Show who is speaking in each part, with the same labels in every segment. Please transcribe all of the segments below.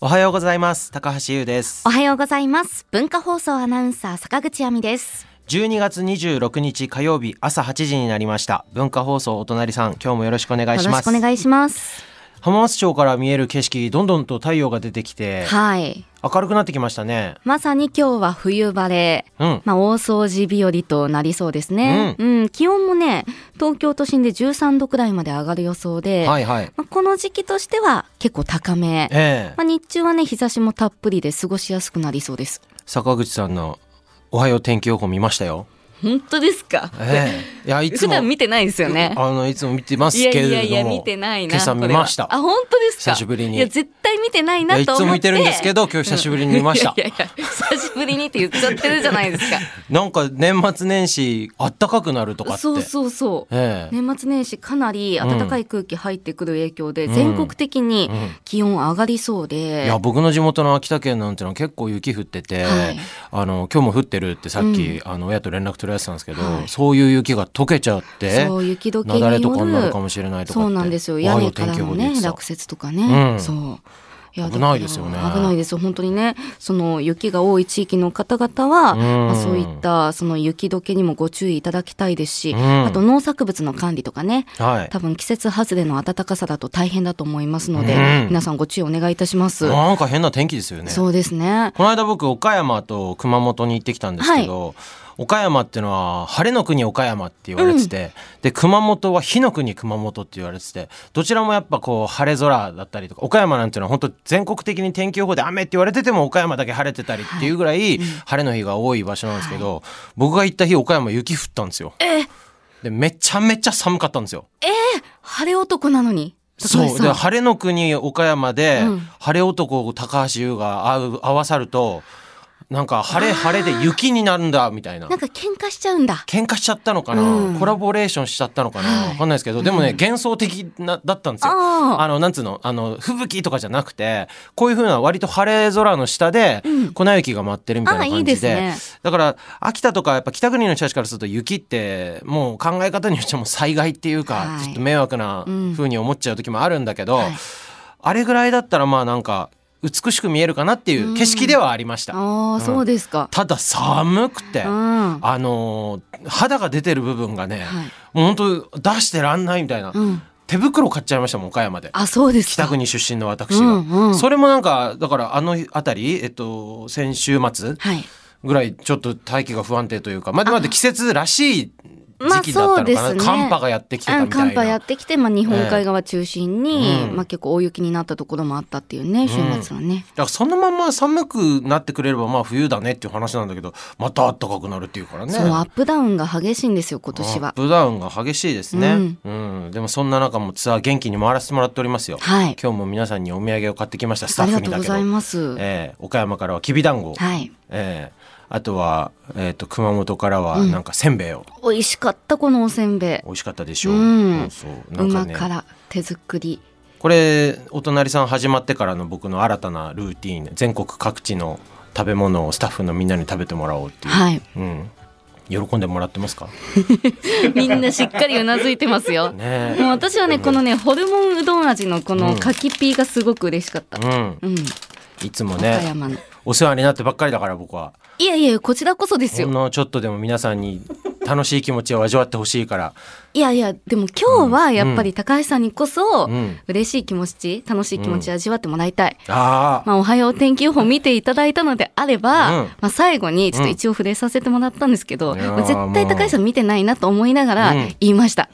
Speaker 1: おはようございます高橋優です
Speaker 2: おはようございます文化放送アナウンサー坂口亜美です
Speaker 1: 12月26日火曜日朝8時になりました文化放送お隣さん今日もよろしくお願いし
Speaker 2: よろ
Speaker 1: ま
Speaker 2: し
Speaker 1: す
Speaker 2: くお願いします
Speaker 1: 浜松町から見える景色どんどんと太陽が出てきて
Speaker 2: はい
Speaker 1: 明るくなってきましたね
Speaker 2: まさに今日は冬晴れ
Speaker 1: うん
Speaker 2: まあ大掃除日和となりそうですね、うん、気温もね東京都心で13度くらいまで上がる予想で、
Speaker 1: はいはい
Speaker 2: まあ、この時期としては結構高め
Speaker 1: ええ
Speaker 2: まあ、日中はね日差しもたっぷりで過ごしやすくなりそうです
Speaker 1: 坂口さんのおはよう天気予報見ましたよ
Speaker 2: 本当ですか、
Speaker 1: ええいやいつ
Speaker 2: 普
Speaker 1: も
Speaker 2: 段見てないですよね
Speaker 1: あのいつも見てます
Speaker 2: い
Speaker 1: け
Speaker 2: や
Speaker 1: れども
Speaker 2: いやいや見てないな
Speaker 1: 今朝見ました
Speaker 2: これはあ本当です
Speaker 1: 久
Speaker 2: か
Speaker 1: しぶりに
Speaker 2: いや絶対見てない
Speaker 1: いや
Speaker 2: ないと思って
Speaker 1: つも見てるんですけ
Speaker 2: ど
Speaker 1: ど 今日久しぶりに見ました
Speaker 2: いやいや久しぶりにって言っちゃってるじゃな いですか
Speaker 1: なんか年末年始あったかくなるとかって
Speaker 2: そうそうそう
Speaker 1: ええ
Speaker 2: 年末年始かなり暖かい空気入ってくる影響で、
Speaker 1: うん
Speaker 2: 全国的に
Speaker 1: うん
Speaker 2: 気温上がりそう
Speaker 1: い
Speaker 2: で、
Speaker 1: や僕の地元の秋田県なんてのは結構雪降ってて、
Speaker 2: はい
Speaker 1: あの今日も降ってるってさっき、あの親と連絡取り合ってたんですけど、そういう雪が溶けちゃって
Speaker 2: そう雪解け
Speaker 1: 雪
Speaker 2: によ
Speaker 1: 崩
Speaker 2: る
Speaker 1: とかになるかもしれないとかって
Speaker 2: そうなんですよ
Speaker 1: ああ
Speaker 2: 屋
Speaker 1: い
Speaker 2: 根
Speaker 1: う
Speaker 2: か
Speaker 1: 天
Speaker 2: ら
Speaker 1: 気予
Speaker 2: の
Speaker 1: 報で言っ
Speaker 2: ね
Speaker 1: てた
Speaker 2: 落雪とかね、
Speaker 1: うん
Speaker 2: そういや
Speaker 1: 危ないですよね
Speaker 2: だから危ないですよ本当にねその雪が多い地域の方々は、
Speaker 1: うん
Speaker 2: まあ、そういったその雪解けにもご注意いただきたいですし、
Speaker 1: うん
Speaker 2: あと農作物の管理とかね
Speaker 1: はい
Speaker 2: 多分季節外れの暖かさだと大変だと思いますので、
Speaker 1: うん
Speaker 2: 皆さんご注意お願いいたします、
Speaker 1: なんか変な天気ですよね
Speaker 2: そうですね
Speaker 1: この間僕岡山と熊本に行ってきたんですけど、岡山ってのは晴れの国岡山って言われてて、で熊本は火の国熊本って言われててどちらもやっぱこう晴れ空だったりとか岡山なんていうのは本当全国的に天気予報で雨って言われてても岡山だけ晴れてたりっていうぐらい晴れの日が多い場所なんですけど、僕が行った日岡山雪降ったんですよ。でめちゃめちゃ寒かったんですよ。
Speaker 2: 晴れ男なのに高橋
Speaker 1: そうで
Speaker 2: さん
Speaker 1: 晴れの国岡山で、
Speaker 2: うん
Speaker 1: 晴れ男高橋優が合う合わさるとなんか晴れ晴れで雪になるんだみたいな
Speaker 2: なんか喧嘩しちゃうんだ
Speaker 1: 喧嘩しちゃったのかな、
Speaker 2: うん
Speaker 1: コラボレーションしちゃったのかな、
Speaker 2: はい
Speaker 1: わかんないですけどでもね、幻想的なだったんですよ。
Speaker 2: あ
Speaker 1: あのなんつうのあの吹雪とかじゃなくてこういうふうな割と晴れ空の下で
Speaker 2: うん
Speaker 1: 粉雪が舞ってるみたいな
Speaker 2: あーい
Speaker 1: 感
Speaker 2: いで
Speaker 1: じ
Speaker 2: す
Speaker 1: で,、
Speaker 2: ね
Speaker 1: だから秋田とかやっぱ北国の人たちからすると雪ってもう考え方によっちゃもう災害っていうか、
Speaker 2: はい
Speaker 1: ちょっと迷惑な
Speaker 2: うん
Speaker 1: 風に思っちゃう時もあるんだけど、
Speaker 2: はい
Speaker 1: あれぐらいだったらまあなんか美しく見えるかなっていう景色ではありました。
Speaker 2: あーそうですか、
Speaker 1: ただ寒くて、
Speaker 2: うん
Speaker 1: あのー肌が出てる部分がね、
Speaker 2: はい
Speaker 1: もう本当出してらんないみたいな、
Speaker 2: うん、
Speaker 1: 手袋買っちゃいましたもん岡山で
Speaker 2: あそうですか
Speaker 1: 北国出身の私が、
Speaker 2: うんうん
Speaker 1: それもなんかだからあの辺り、えっと、先週末
Speaker 2: はい
Speaker 1: ぐらいちょっと大気が不安定というかまだまだ季節らしい時期だったのかな、
Speaker 2: まあそうですね
Speaker 1: 寒波がやってきてた
Speaker 2: うん
Speaker 1: みた
Speaker 2: 寒
Speaker 1: いな、
Speaker 2: 波やってきて、まあ、日本海側中心に、
Speaker 1: うん
Speaker 2: まあ、結構大雪になったところもあったっていうね週末はね、
Speaker 1: だからそのまま寒くなってくれればまあ冬だねっていう話なんだけどまた暖かくなるっていうからね
Speaker 2: そうアップダウンが激しいんですよ今年
Speaker 1: アッ
Speaker 2: は
Speaker 1: プダウンが激しいですね、うんでもそんな中もツアー元気に回らせてもらっておりますよ、
Speaker 2: はい
Speaker 1: 今日も皆さんにお土産を買ってきましたスタ
Speaker 2: あ
Speaker 1: ッ
Speaker 2: り
Speaker 1: フ
Speaker 2: が
Speaker 1: に
Speaker 2: と
Speaker 1: だ
Speaker 2: う
Speaker 1: け
Speaker 2: ご
Speaker 1: ど
Speaker 2: ざいます、
Speaker 1: えー岡山からはきびだんご、
Speaker 2: はい
Speaker 1: えーあとは、えー、と熊本からはなんかせんべいを、
Speaker 2: 美味しかったこのおせんべ
Speaker 1: 美味しかったでしょう、
Speaker 2: うん
Speaker 1: そう
Speaker 2: い
Speaker 1: そうなんか
Speaker 2: 馬
Speaker 1: ね
Speaker 2: から手作り
Speaker 1: これお隣さん始まってからの僕の新たなルーティーン全国各地の食べ物をスタッフのみんなに食べてもらおうっていう、
Speaker 2: はい
Speaker 1: うん、喜んでもらってますか
Speaker 2: みんなしっかりうなずいてますよ
Speaker 1: ねえ
Speaker 2: もう私はねこのねホルモンうどん味のこ
Speaker 1: う
Speaker 2: の
Speaker 1: ん
Speaker 2: かきピーがすごく嬉しかった
Speaker 1: うん、
Speaker 2: うん、
Speaker 1: いつも
Speaker 2: 岡
Speaker 1: ね
Speaker 2: 山の
Speaker 1: お世話になってばっかりだから僕はい
Speaker 2: やいやこちらこそです
Speaker 1: ほん
Speaker 2: よ
Speaker 1: のちょっとでも皆さんに楽しい気持ちを味わってほしいから、
Speaker 2: いやいやでも今日はやっぱり高橋さんにこそ
Speaker 1: うん、
Speaker 2: 嬉しい気持ち楽しい気持ち味わってもらいたい、
Speaker 1: ああ
Speaker 2: まあ、おはよう天気予報見ていただいたのであれば、
Speaker 1: うん
Speaker 2: まあ、最後にちょっと一応触れさせてもらったんですけど、
Speaker 1: うんいやー
Speaker 2: まあ絶対高橋さん見てないなと思いながら
Speaker 1: うん
Speaker 2: 言いました、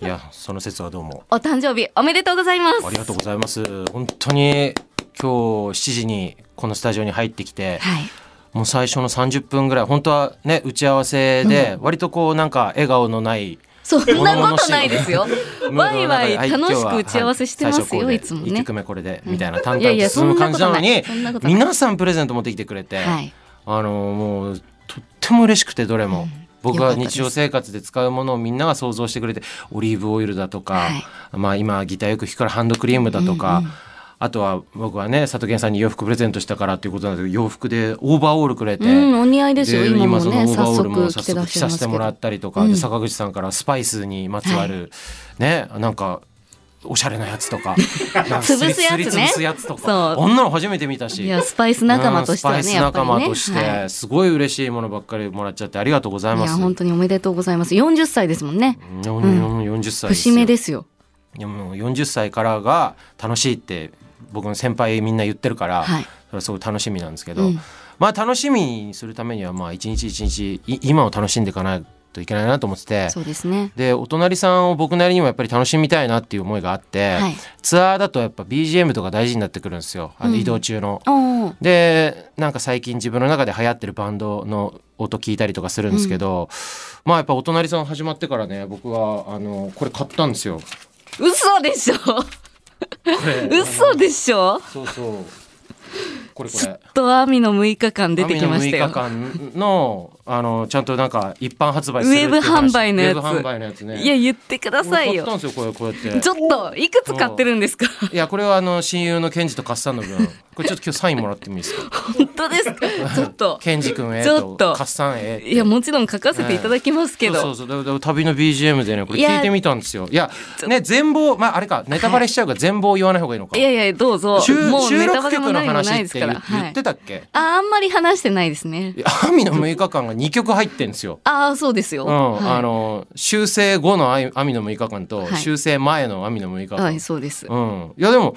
Speaker 1: いやその説はどうも
Speaker 2: お誕生日おめでとうございます
Speaker 1: ありがとうございます本当に今日7時にこのスタジオに入ってきて、
Speaker 2: はい、
Speaker 1: もう最初の30分ぐらい本当はね打ち合わせで割とこうなんか笑顔のない
Speaker 2: そんなことないですよ
Speaker 1: ムードの
Speaker 2: わ
Speaker 1: 中で
Speaker 2: いわい
Speaker 1: はい
Speaker 2: 楽し
Speaker 1: 今日
Speaker 2: く
Speaker 1: は
Speaker 2: 打ち合わせしてますよ、
Speaker 1: はい
Speaker 2: いつも
Speaker 1: 1
Speaker 2: ね
Speaker 1: 曲目これでみたいな淡
Speaker 2: いや
Speaker 1: 々
Speaker 2: い
Speaker 1: と
Speaker 2: や
Speaker 1: 進む感じなのに
Speaker 2: そんなことないそんなことない
Speaker 1: 皆さんプレゼント持ってきてくれて、
Speaker 2: はい
Speaker 1: あのもうとっても嬉しくてどれも。僕
Speaker 2: よか
Speaker 1: が
Speaker 2: ったです
Speaker 1: 日常生活で使うものをみんなが想像してくれてオリーブオイルだとか、
Speaker 2: はい
Speaker 1: まあ、今ギターよく弾くからハンドクリームだとか、
Speaker 2: うんうん
Speaker 1: あとは僕はね里健さんに洋服プレゼントしたからっていうことなんだけど洋服でオーバーオールくれて、
Speaker 2: うんお似合いですよ
Speaker 1: で
Speaker 2: 今も
Speaker 1: そのオ
Speaker 2: ね
Speaker 1: ーバー
Speaker 2: 早
Speaker 1: オールも
Speaker 2: 速
Speaker 1: 早
Speaker 2: 着てら
Speaker 1: 速
Speaker 2: っ
Speaker 1: 着
Speaker 2: しゃ
Speaker 1: さ
Speaker 2: いま
Speaker 1: せ
Speaker 2: す
Speaker 1: て
Speaker 2: け
Speaker 1: もら
Speaker 2: ど
Speaker 1: ったりとか、
Speaker 2: う
Speaker 1: で
Speaker 2: ん
Speaker 1: 坂口さんからスパイスにまつわる、ねあなんかおしゃれなやつと かなんか
Speaker 2: 潰すや
Speaker 1: す
Speaker 2: つね
Speaker 1: り潰すやつと
Speaker 2: そう
Speaker 1: かこんなの初めて見たし
Speaker 2: いやスパイス仲間としては
Speaker 1: うん
Speaker 2: ね
Speaker 1: スパイス
Speaker 2: やっぱ
Speaker 1: 仲
Speaker 2: り
Speaker 1: 間
Speaker 2: ね
Speaker 1: とし
Speaker 2: は
Speaker 1: てすごい嬉しいものばっかりもらっちゃってありがとうござい
Speaker 2: い、い
Speaker 1: ま
Speaker 2: や
Speaker 1: す。
Speaker 2: 本当におめでとうございます40歳ですもんね
Speaker 1: よ
Speaker 2: ん
Speaker 1: んよん40歳
Speaker 2: 節目
Speaker 1: で
Speaker 2: ですよ
Speaker 1: すよいやもう40歳からが楽しいって僕の先輩みんな言ってるから、
Speaker 2: はい
Speaker 1: それはすごい楽しみなんですけど、
Speaker 2: うん
Speaker 1: まあ楽しみにするためにはまあ一日一日い今を楽しんでいかないといけないなと思ってて
Speaker 2: そうですね
Speaker 1: でお隣さんを僕なりにもやっぱり楽しみたいなっていう思いがあって、
Speaker 2: はい
Speaker 1: ツアーだとやっぱ BGM とか大事になってくるんですよあの移動中の。
Speaker 2: おお
Speaker 1: でなんか最近自分の中で流行ってるバンドの音聞いたりとかするんですけど、まあやっぱお隣さん始まってからね僕はあのこれ買ったんですよ。
Speaker 2: 嘘でしょ
Speaker 1: これ
Speaker 2: 嘘でしょ
Speaker 1: そうそうこれこ
Speaker 2: ちょ
Speaker 1: れ
Speaker 2: っ。とアミの6日間出てきましたよ
Speaker 1: 網の6日間のあのちゃんとなんか一般発売するっていう話
Speaker 2: ウェブ販売のやつ
Speaker 1: ウェブ販売のやつね
Speaker 2: いや言ってくださ
Speaker 1: 俺
Speaker 2: い
Speaker 1: 買
Speaker 2: よ
Speaker 1: ったんですよこれこうやって
Speaker 2: ちょっといくつ買ってるんですか
Speaker 1: いやこれはあの親友のケンジとカッサンの分これちょっと今日サインもらってもいいですか
Speaker 2: 本当ですかちょっと
Speaker 1: ケンジ君へ
Speaker 2: ちょ
Speaker 1: と
Speaker 2: っと
Speaker 1: カッサンへ
Speaker 2: いやもちろん書かせていただきますけど、
Speaker 1: そうそうそうでで旅の BGM でねこれ
Speaker 2: いや
Speaker 1: 聞いてみたんですよいやね全貌まああれかネタバレしちゃうから全貌言わない方がいいのか、
Speaker 2: いやいやどうぞ
Speaker 1: 収
Speaker 2: もう
Speaker 1: 収
Speaker 2: ネタ
Speaker 1: 録
Speaker 2: バレ
Speaker 1: 曲
Speaker 2: も
Speaker 1: の
Speaker 2: 何もな
Speaker 1: 話
Speaker 2: い
Speaker 1: っ
Speaker 2: です
Speaker 1: て
Speaker 2: か
Speaker 1: 言
Speaker 2: ら、は
Speaker 1: 言っ
Speaker 2: い
Speaker 1: て、たっけ
Speaker 2: ああんまり話してないですね
Speaker 1: いや網の6日間が2曲入ってんですよ
Speaker 2: ああそうですよ、
Speaker 1: うん
Speaker 2: はい、
Speaker 1: あの修正後のあい網の6日間と、
Speaker 2: はい
Speaker 1: 修正前の網の6日間、
Speaker 2: はいそうです、
Speaker 1: うん、いやでも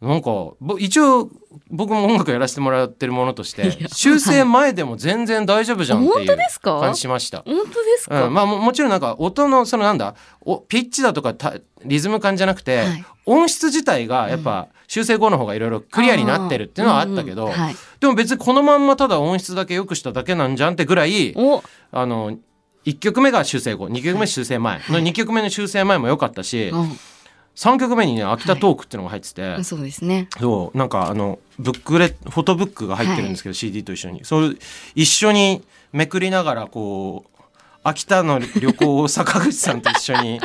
Speaker 1: なんかぼ一応僕も音楽やらせてもらってるものと して修正前でも全然大丈夫じゃんって
Speaker 2: 本
Speaker 1: い
Speaker 2: 当
Speaker 1: う
Speaker 2: ですか
Speaker 1: 感じしました。
Speaker 2: 本当ですか、
Speaker 1: うん、まあももちろんなんか音のそのなんだおピッチだとかたリズム感じゃなくて、
Speaker 2: はい
Speaker 1: 音質自体がやっぱ修正後の方がいろいろクリアになってるっていうのはあったけど、
Speaker 2: うんうんはい、
Speaker 1: でも別にこのまんまただ音質だけ良くしただけなんじゃんってぐらい
Speaker 2: お
Speaker 1: あの1曲目が修正後2曲目修正前の2曲目の修正前も良かったし、3曲目にね秋田トークっていうのが入ってて、
Speaker 2: うん、そうですね
Speaker 1: そうなんかあのブックレフォトブックが入ってるんですけど、CD と一緒にそう一緒にめくりながらこう秋田の旅行を坂口さんと一緒に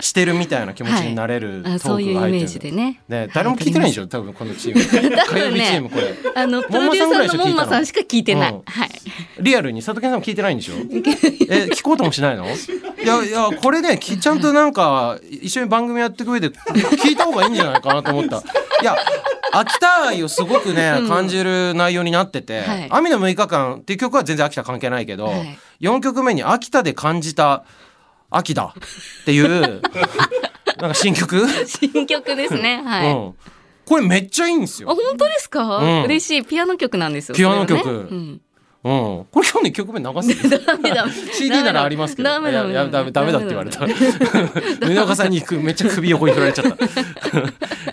Speaker 1: してるみたいな気持ちになれるト
Speaker 2: あそう
Speaker 1: ー
Speaker 2: い
Speaker 1: ク
Speaker 2: う
Speaker 1: が
Speaker 2: イ
Speaker 1: 入
Speaker 2: メ
Speaker 1: ってる
Speaker 2: ージでね
Speaker 1: ね、誰も聞いてないでし
Speaker 2: ょ
Speaker 1: ょ多分このチーム火曜日チー ムこ れ
Speaker 2: あのプ
Speaker 1: 門
Speaker 2: ロ
Speaker 1: 馬
Speaker 2: デ
Speaker 1: さ
Speaker 2: ュ
Speaker 1: ん
Speaker 2: ー
Speaker 1: ぐら
Speaker 2: サ
Speaker 1: いで
Speaker 2: ー
Speaker 1: しょ
Speaker 2: のもんまさんしか聞いてない、
Speaker 1: うん
Speaker 2: はい
Speaker 1: リアルに佐藤健さんも聞いてないんでしょえ聞こうともしないのいやいやこれねきちゃんとなんか一緒に番組やっていく上で聞いた方がいいんじゃないかなと思ったいや秋田愛をすごくね
Speaker 2: うん
Speaker 1: 感じる内容になってて
Speaker 2: はい
Speaker 1: 「雨の6日間」っていう曲は全然秋田関係ないけど、
Speaker 2: はい
Speaker 1: 4曲目に「秋田で感じた秋だ」っていう なんか新曲、
Speaker 2: 新曲ですねは
Speaker 1: う
Speaker 2: い、
Speaker 1: ん、これめっちゃいいんです
Speaker 2: あ
Speaker 1: よ。
Speaker 2: 本当ですか、
Speaker 1: うん
Speaker 2: 嬉しいピアノ曲なんですよ
Speaker 1: ピアノ曲
Speaker 2: それはねうん
Speaker 1: うん、これ今日の曲目流す
Speaker 2: ダメ ダメ
Speaker 1: CD ならありますけど
Speaker 2: ダメダメ
Speaker 1: いやいやダメダメだって言われた 宗岡さんにくめっちゃ首横に振られちゃった い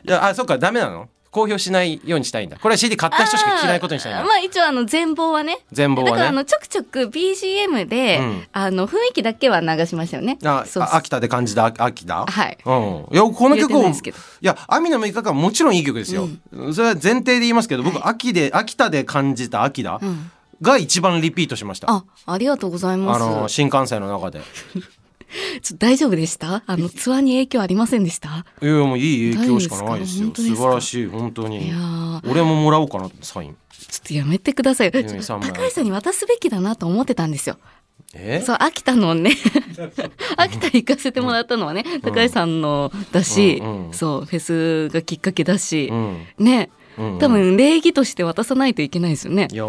Speaker 1: やあそっかダメなの公表しないようにしたいんだこれは CD 買った人しか着ないことにしたいん
Speaker 2: あ
Speaker 1: だ
Speaker 2: ーまあ一応あの全貌はね
Speaker 1: 全貌
Speaker 2: だから
Speaker 1: は
Speaker 2: あ
Speaker 1: ね
Speaker 2: のちょくちょく BGM で、
Speaker 1: うん
Speaker 2: あの雰囲気だけは流しましたよね
Speaker 1: あ
Speaker 2: そう
Speaker 1: あ
Speaker 2: そう
Speaker 1: 秋田で感じたあ秋田
Speaker 2: はい
Speaker 1: うん、いやこの曲
Speaker 2: 言えてな
Speaker 1: を
Speaker 2: い
Speaker 1: い
Speaker 2: ですけど
Speaker 1: や「網の6日間」もちろんいい曲ですよ、それは前提で言いますけど僕、秋で秋田で感じた秋田
Speaker 2: うん
Speaker 1: が一番リピートしました、
Speaker 2: あありがとうございま
Speaker 1: あ
Speaker 2: す
Speaker 1: の新幹線の中で
Speaker 2: ちょ大丈夫でしたあのツアーに影響ありませんでした
Speaker 1: いやいやもういい影響しかないですよ
Speaker 2: 大丈夫です
Speaker 1: 素
Speaker 2: か
Speaker 1: 晴らしい本当
Speaker 2: い
Speaker 1: に
Speaker 2: やー
Speaker 1: 俺ももらおうかなサイン
Speaker 2: ちょっとやめてくださいよ
Speaker 1: いや
Speaker 2: ちょ
Speaker 1: 三
Speaker 2: っ
Speaker 1: 枚
Speaker 2: と高橋さんに渡すべきだなと思ってたんですよ
Speaker 1: え
Speaker 2: そう秋 田のね秋田行かせてもらったのはね高橋さんのだし、
Speaker 1: うんうん
Speaker 2: そうフェスがきっかけだし
Speaker 1: う、ん
Speaker 2: ね
Speaker 1: うんうん
Speaker 2: 多分礼儀として渡さないといけないですよね
Speaker 1: い。や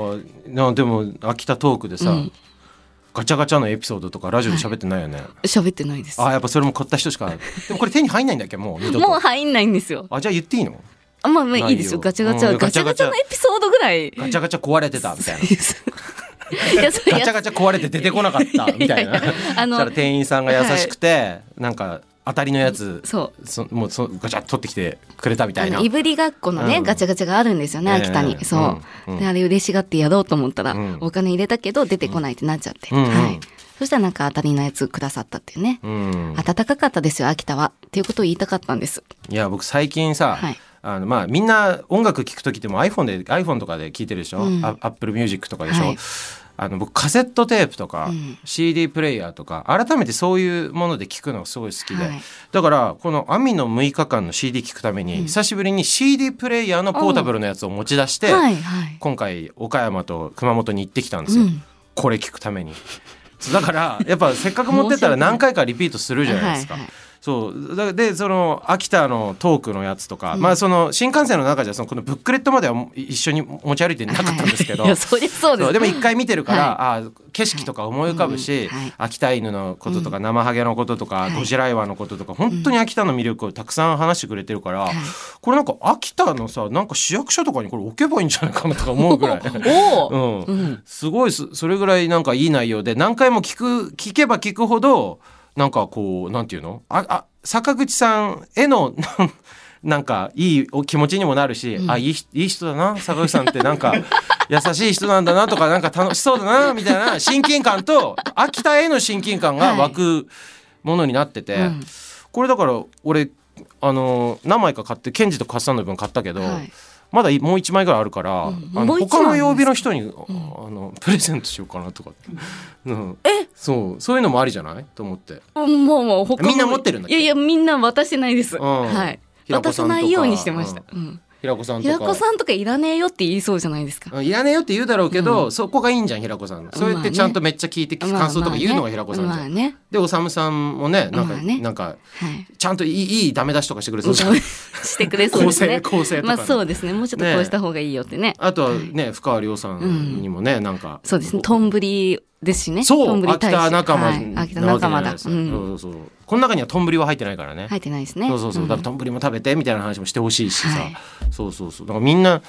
Speaker 1: なでも秋田トークでさ、
Speaker 2: うん
Speaker 1: ガチャガチャのエピソードとかラジオで喋ってないよね、
Speaker 2: 喋ってないです。
Speaker 1: あやっぱそれも買った人 しかでもこれ手に入んないんだっけ もう二度と
Speaker 2: もう入んないんですよ。
Speaker 1: あじゃあ言っていいの
Speaker 2: あまあまあ
Speaker 1: ないよ
Speaker 2: いいですよ。ガチャガチャ、
Speaker 1: うん
Speaker 2: ガチャガチャのエピソードぐらい。
Speaker 1: ガチャガチャ壊れてたみ たいな
Speaker 2: いやそれ
Speaker 1: ガチャ
Speaker 2: や
Speaker 1: ガチャ壊れて出てこなかったみ たいな
Speaker 2: あ
Speaker 1: そした
Speaker 2: の
Speaker 1: ら店員さんが優しくて、なんか当たりのやつ
Speaker 2: そう
Speaker 1: そもうそガチャ取ってきてくれたみた
Speaker 2: あ
Speaker 1: いな
Speaker 2: のいぶりがっこのね、
Speaker 1: うん
Speaker 2: ガチャガチャがあるんですよね
Speaker 1: ええ
Speaker 2: 秋田に、そう、
Speaker 1: うんうん
Speaker 2: であれ嬉しがってやろうと思ったら、
Speaker 1: うん
Speaker 2: お金入れたけど出てこないってなっちゃって、
Speaker 1: うんうん
Speaker 2: はい、そしたらなんか当たりのやつくださったっていうね、
Speaker 1: うん、
Speaker 2: 暖かかったですよ秋田はっていうことを言いたかったんです
Speaker 1: いや僕最近さ、
Speaker 2: はい
Speaker 1: あのまあみんな音楽聴く時ってもう iPhone で iPhone とかで聴いてるでしょ、
Speaker 2: うん
Speaker 1: アップルミュージックとかでしょ、
Speaker 2: はい
Speaker 1: あの僕カセットテープとか、
Speaker 2: うん
Speaker 1: CD プレイヤーとか改めてそういうもので聴くのがすごい好きで、
Speaker 2: はい
Speaker 1: だからこの「網の6日間」の CD 聴くために、久しぶりに CD プレイヤーのポータブルのやつを持ち出して、
Speaker 2: はいはい
Speaker 1: 今回岡山と熊本に行ってきたんですよ、
Speaker 2: うん
Speaker 1: これ聞くために。だからやっぱせっかく持ってたら何回かリピートするじゃないですか。
Speaker 2: はいはい
Speaker 1: そうだでその秋田のトークのやつとか、まあその新幹線の中じゃそのこのブックレットまではも一緒に持ち歩いてなかったんですけど、
Speaker 2: いやそりゃそうです
Speaker 1: そうでも一回見てるから、ああ景色とか思い浮かぶし、
Speaker 2: はいはい
Speaker 1: 秋田犬のこととか、生ハゲのこととか、
Speaker 2: はい
Speaker 1: ゴジラ岩のこととか本当に秋田の魅力をたくさん話してくれてるから、
Speaker 2: い
Speaker 1: これなんか秋田のさなんか市役所とかにこれ置けばいいんじゃないかなとか思うぐらい。
Speaker 2: おお、
Speaker 1: うん
Speaker 2: うん
Speaker 1: すごいそそれぐらいなんかいい内容で何回も聞く聞けば聞くほどなんかこうなんていうのああ坂口さんへの なんなんかいいお気持ちにもなるし、あいいひいい人だな坂口さんってなん か優しい人なんだなとかなんか楽しそうだなみたいな親近感と秋田への親近感が湧くものになってて、
Speaker 2: うん
Speaker 1: これだから俺あの何枚か買ってケンジとカッサンの分買ったけど。
Speaker 2: はい
Speaker 1: まだいもう一枚ぐらいあるから、
Speaker 2: ん
Speaker 1: あ
Speaker 2: も
Speaker 1: の
Speaker 2: う一枚
Speaker 1: 他の曜日の人に、ああのプレゼントしようかなとか、うん、
Speaker 2: え
Speaker 1: そうそういうのもありじゃないと思って、
Speaker 2: うんもうもう他の
Speaker 1: みんな持ってるんだっけ
Speaker 2: いやいやみんな渡してないです、
Speaker 1: ん
Speaker 2: はい
Speaker 1: 平子
Speaker 2: 渡
Speaker 1: さ
Speaker 2: さ
Speaker 1: んとか
Speaker 2: ないようにしてました、うん
Speaker 1: 平子さんとか
Speaker 2: 平子さんとかいらねえよって言いそうじゃないですか、
Speaker 1: うんいらねえよって言うだろうけど、そこがいいんじゃん平子さんそうやってちゃんとめっちゃ聞いて、
Speaker 2: まあ
Speaker 1: 感想とか言うのが平子さんじゃん、
Speaker 2: まあね
Speaker 1: でおさむさんもねなんか、
Speaker 2: まあね
Speaker 1: なんか
Speaker 2: まあねはい
Speaker 1: ちゃんといいいいダメ出しとかしてくれそうじゃん
Speaker 2: してくれそうですね
Speaker 1: 構成構成とか
Speaker 2: ま
Speaker 1: ね
Speaker 2: あそうですねもうちょっとこうした方がいいよってね
Speaker 1: あとはね深川亮さんにもね、なんか
Speaker 2: そうですねとんぶりですしね
Speaker 1: そ
Speaker 2: とん
Speaker 1: う
Speaker 2: ぶり
Speaker 1: 秋
Speaker 2: 大使
Speaker 1: 田仲間
Speaker 2: はい、
Speaker 1: なわけ
Speaker 2: 秋
Speaker 1: じ
Speaker 2: 田
Speaker 1: ゃない
Speaker 2: 仲間だ、
Speaker 1: です
Speaker 2: う
Speaker 1: か
Speaker 2: ん、
Speaker 1: そうそうそうこの中にはとんぶりは入ってないからね
Speaker 2: 入ってないですね
Speaker 1: そうそうそう、
Speaker 2: ん
Speaker 1: だからとんぶりも食べてみたいな話もしてほしいしさ、
Speaker 2: はい
Speaker 1: そうそうそうだからみんな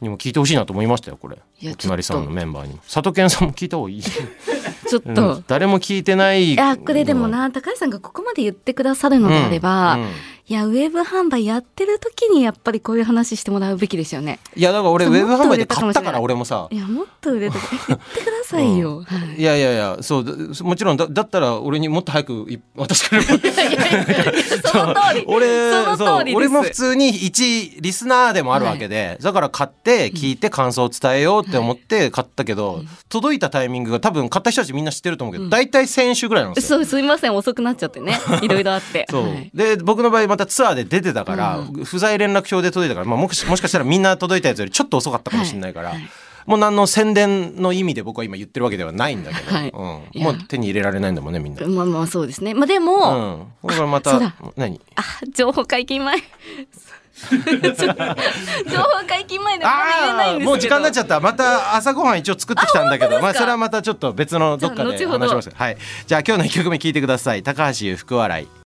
Speaker 1: にも聞いてほしいなと思いましたよこれ
Speaker 2: いや
Speaker 1: お隣さん
Speaker 2: ちょっ
Speaker 1: の
Speaker 2: と
Speaker 1: メンバーにも佐藤健さんも聞いた方がいい、
Speaker 2: ちょっと、
Speaker 1: うん誰も聞いてない
Speaker 2: いやこれでもな高橋さんがここまで言ってくださるのであれば、
Speaker 1: うんうん
Speaker 2: いやウェブ販売やってる時にやっぱりこういう話してもらうべきですよね
Speaker 1: いやだから俺ウ
Speaker 2: ちょっ
Speaker 1: ェ
Speaker 2: と
Speaker 1: ブ販
Speaker 2: もっと
Speaker 1: 売
Speaker 2: 売
Speaker 1: で
Speaker 2: れたか
Speaker 1: 買っ
Speaker 2: もしれな
Speaker 1: た
Speaker 2: い
Speaker 1: から俺もさ
Speaker 2: いやもっと売れたえ言ってくださいよ、はい
Speaker 1: いやいやいやそうだもちろんだだったら俺にもっと早くい渡してくれば
Speaker 2: いやいやいやその通り
Speaker 1: 俺
Speaker 2: その
Speaker 1: そう
Speaker 2: 通りです
Speaker 1: 俺も普通に一リスナーでもあるわけで、だから買って聞いて感想を伝えようって思って買ったけど、届いたタイミングが多分買った人たちみんな知ってると思うけど、大体先週ぐらいなんですよ。
Speaker 2: そうすいません遅くなっちゃってねいろいろあって
Speaker 1: そう
Speaker 2: はい
Speaker 1: で僕の場合またツアーで出てたから、不在連絡表で届いたから、まあ、もしもしかしたらみんな届いたやつよりちょっと遅かったかもしれないから、もう何の宣伝の意味で僕は今言ってるわけではないんだけど、
Speaker 2: はい
Speaker 1: うん、もう手に入れられないんだもんねみんな。
Speaker 2: まあまあそうですねまあでも、
Speaker 1: うん、これからま
Speaker 2: あそうだ
Speaker 1: た何
Speaker 2: あ情報解禁前 情報解禁前でまだ言えないん
Speaker 1: あー
Speaker 2: ですけど
Speaker 1: もう時間になっちゃったまた朝ごはん一応作ってきたんだけどまあそれはまたちょっと別のどっかで
Speaker 2: じゃあ後ほど
Speaker 1: 話しますはいじゃあ今日の一曲目聞いてください高橋優福笑い